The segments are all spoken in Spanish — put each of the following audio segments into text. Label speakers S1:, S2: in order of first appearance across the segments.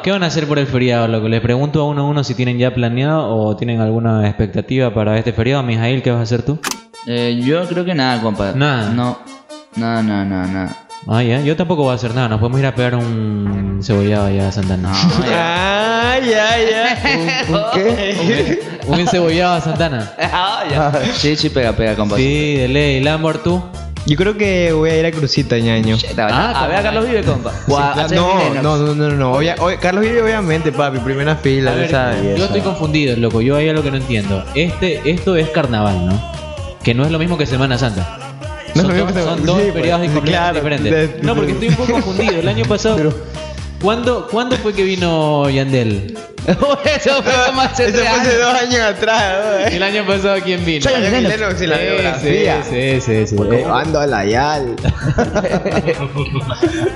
S1: ¿Qué van a hacer por el feriado, loco? Les pregunto a uno a uno si tienen ya planeado o tienen alguna expectativa para este feriado. Mijail, ¿qué vas a hacer tú?
S2: Eh, yo creo que nada, compa.
S1: Nada.
S2: No, no, no, no, no.
S1: Ah, ya. Yo tampoco voy a hacer nada. Nos podemos ir a pegar un cebollado allá a Santana.
S2: No, ya.
S3: Ah, ya, ya.
S4: ¿Un qué?
S1: un cebollado a Santana.
S2: Ah, ya. Sí, sí, pega, pega, compa.
S1: Sí, de ley. Lambor, tú.
S4: Yo creo que voy a ir a Crucita, ñaño.
S2: Ah, a ver a Carlos Vive, compa. O a- a Sergio
S4: No,
S2: Lennox.
S4: no, no, no, no. obvia- obvia- Carlos Vive, obviamente, papi, primera fila,
S1: A ver,
S4: ¿sabes?
S1: yo estoy confundido, loco. Yo ahí es lo que no entiendo. Este, esto es carnaval, ¿no? Que no es lo mismo que Semana Santa.
S4: No es
S1: son,
S4: lo mismo
S1: dos-
S4: que Semana-
S1: son dos
S4: sí, pues,
S1: periodos
S4: sí,
S1: completamente
S4: claro,
S1: diferentes.
S4: de-
S1: no, porque estoy un poco confundido. El año pasado.
S4: Pero-
S1: ¿cuándo, ¿Cuándo fue que vino Yandel?
S2: Eso fue como hace
S4: Eso
S2: tres
S4: Ah, fue hace
S2: años.
S4: dos años atrás.
S1: El año pasado, ¿quién vino?
S4: Soy Yandel Lennox y la biografía.
S1: Ese, ese, ese.
S4: güey.
S1: Eh,
S4: Ando a la Yal.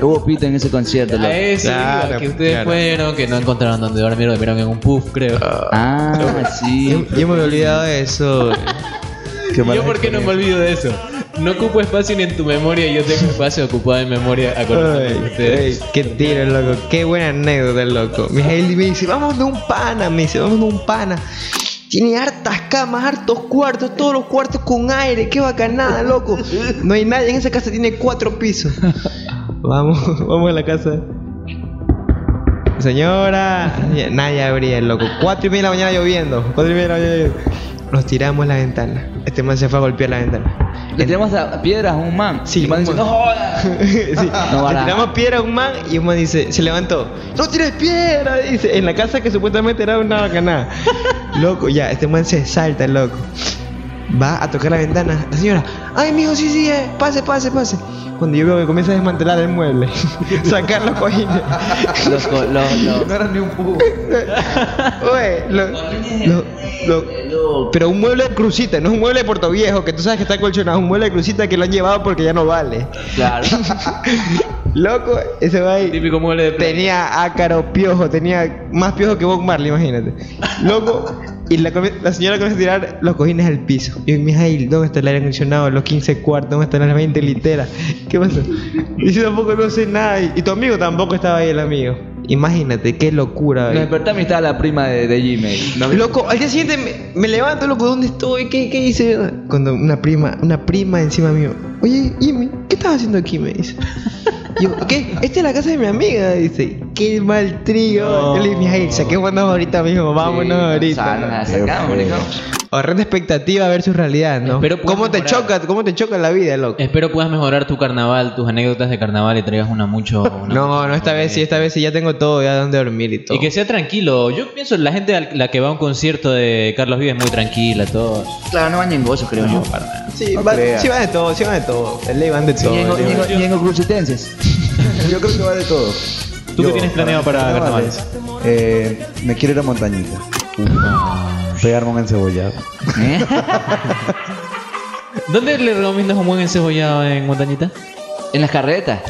S2: Hubo pito en ese concierto,
S1: A
S2: loco.
S1: ese,
S4: Claro,
S1: iba, que ustedes
S4: claro.
S1: fueron, que no encontraron donde dormir, dormieron en un puff, creo.
S2: Ah, sí.
S4: Yo yo me había olvidado de eso. Qué
S1: ¿Y
S4: mala
S1: yo por qué no me
S4: experiencia.
S1: olvido de eso? No ocupo espacio ni en tu memoria y yo tengo espacio ocupado en memoria a
S4: Ay,
S1: con ustedes.
S4: ay, qué tiro, loco. Qué buena anécdota, loco. Mi Hailey me dice, vamos de un pana, me dice, vamos de un pana. Tiene hartas camas, hartos cuartos, todos los cuartos con aire, qué bacanada, loco. No hay nadie en esa casa, tiene cuatro pisos. Vamos, vamos a la casa. Señora, nadie abría, loco. Cuatro y media de la mañana lloviendo. Cuatro y media de la mañana lloviendo. Nos tiramos la ventana. Este man se fue a golpear la ventana.
S2: Le tiramos a piedras a un man.
S4: Sí,
S2: Y el man
S4: un
S2: dice,
S4: man.
S2: no jodas.
S4: Sí,
S2: No,
S4: le
S2: baraja.
S4: tiramos piedra a un man y un man dice, se levantó, no tires piedra, dice, en la casa que supuestamente era una bacanada. loco, ya, este man se salta, loco. Va a tocar la ventana, la señora, ay mijo, sí, sí, eh, pase, pase, pase. Cuando yo veo que comienza a desmantelar el mueble, sacar los cojines.
S2: Los, co- los, los,
S4: No era ni un pujo. Oye, lo- lo- lo- pero un mueble de crucita, no es un mueble de Puerto Viejo, que tú sabes que está colchonado, es un mueble de crucita que lo han llevado porque ya no vale.
S2: Claro.
S4: Loco, ese va ahí.
S1: Típico mueble de playa.
S4: Tenía ácaro, piojo, tenía más piojo que Bob Marley, imagínate. Loco, y la, come- la señora comienza a tirar los cojines al piso. Y yo, Mijail, ¿dónde está el aire acondicionado? Los 15 cuartos, ¿dónde están las 20 literas? ¿Qué pasó? Y yo tampoco no sé nada. Y, y tu amigo tampoco estaba ahí, el amigo. Imagínate, qué locura.
S2: Nos
S4: güey.
S2: despertó a mitad la prima de, de Gmail. No,
S4: Loco, al día siguiente me, me levanto, loco, ¿dónde estoy? ¿Qué, qué hice? Cuando una prima, una prima encima mío, oye, Jimmy, ¿qué estás haciendo aquí? Me dice. Yo, ¿qué? Esta es la casa de mi amiga, dice. Qué mal trío. Yo le dije, "Ay, saquémonos ahorita mismo, vámonos ahorita.
S2: O sea, nos la sacamos, maricón.
S4: Horrenda expectativa versus realidad, ¿no?
S1: Espero puedas
S4: ¿Cómo te
S1: mejorar.
S4: choca? ¿Cómo te choca la vida, loco?
S1: Espero puedas mejorar tu carnaval, tus anécdotas de carnaval y traigas una mucho. una
S4: No,
S1: mucho
S4: no, esta
S1: mejor.
S4: vez sí, esta vez sí, ya tengo todo, ya donde dormir y todo.
S1: Y que sea tranquilo. Yo pienso, la gente a la que va a un concierto de Carlos Vives es muy tranquila, todo.
S2: Claro, no van ñengosos, creo yo.
S4: Sí, va, sí va de todo, sí va de todo. El ley van de todo.
S2: Ñengo-
S4: el ley
S2: ñengo-
S4: van de-
S2: Ñengo crucitenses.
S5: Yo creo que va de todo.
S1: ¿Tú
S5: Yo,
S1: qué tienes planeado para
S5: carnavales, eh, me quiero ir a Montañita. Pegarme un encebollado.
S2: ¿Eh?
S1: ¿Dónde le recomiendas un buen encebollado en Montañita?
S2: En las carretas.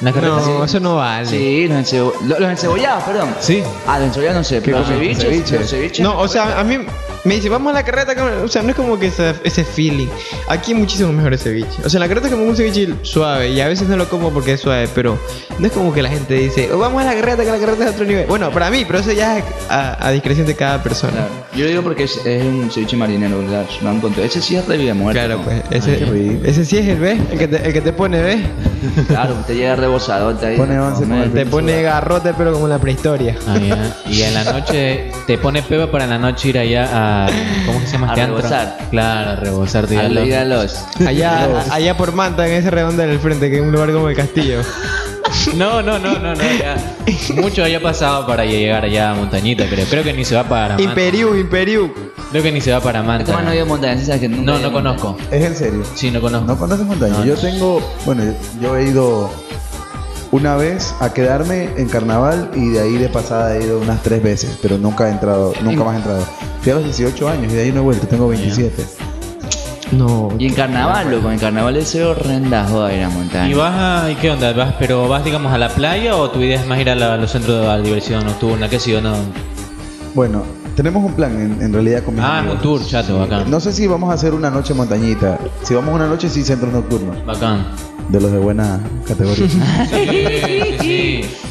S1: ¿En la carreta?
S4: No, eso no vale.
S2: Sí, los, encebo- lo- los encebollados, perdón.
S1: Sí.
S2: Ah, los encebollados no sé, pero los
S5: comen?
S2: ceviches,
S5: Ceviche.
S2: los ceviches.
S4: No, o sea, a mí me dice, vamos a la carreta. que-". O sea, no es como que esa- ese feeling. Aquí es muchísimo mejor el ceviche. O sea, en la carreta como un ceviche suave. Y a veces no lo como porque es suave. Pero no es como que la gente dice, "Oh, vamos a la carreta, que la carreta es otro nivel. Bueno, para mí, pero eso ya es a, a discreción de cada persona.
S2: Claro. Yo lo digo porque es, es un ceviche marinero, ¿verdad? No han contado. Ese sí es de vida muerta.
S4: Claro,
S2: ¿no?
S4: pues. Ese,
S5: qué rico.
S4: ese sí es el B, el que te, el que te pone B.
S2: Claro, usted llega rebosadote ahí.
S5: Pone once con el
S2: Hombre,
S4: Te pone garrote, pero como en la prehistoria.
S1: Ah, ya. Y en la noche te pone pepa para en la noche ir allá a. ¿Cómo se llama
S2: A
S1: este antro?
S2: rebosar.
S1: Claro, a rebosar, te
S2: a la
S1: digo.
S2: vida de los.
S4: Allá, allá por Manta, en ese redondo del frente, que es un lugar como el castillo.
S1: No, no, no, no, no. Ya. Mucho haya pasado para llegar allá a Montañita, creo. Creo que ni se va para Manta.
S4: Imperiu, Imperiu.
S1: Creo que ni se va para
S2: Este man no
S1: Manta.
S2: vio montañas, ¿sabes que nunca
S1: No,
S2: vio
S1: no
S2: montañas?
S1: conozco.
S5: Es en serio.
S1: Sí, no
S5: ¿No
S1: conozco.
S5: conoces Montaña? yo tengo, bueno, yo he ido una vez a quedarme en carnaval y de ahí de pasada he ido unas tres veces, pero nunca he entrado, nunca más he entrado. Fui a los 18 años y de ahí no he vuelto, tengo 27.
S4: No,
S2: Y en carnaval, loco, en carnaval es horrenda joda ir a montaña.
S1: ¿Y vas a, y qué onda? ¿Vas, pero vas, digamos, a la playa o tu idea es más ir a, la- a los centros de diversión nocturna? ¿Qué sé yo? No.
S5: Bueno, tenemos un plan en, en realidad con mis
S1: Ah,
S5: amigos.
S1: un tour, chato, bacán.
S5: No sé si vamos a hacer una noche montañita. Si vamos una noche, sí, centros nocturnos.
S1: Bacán.
S5: De los de buena categoría.
S1: Sí, sí, sí.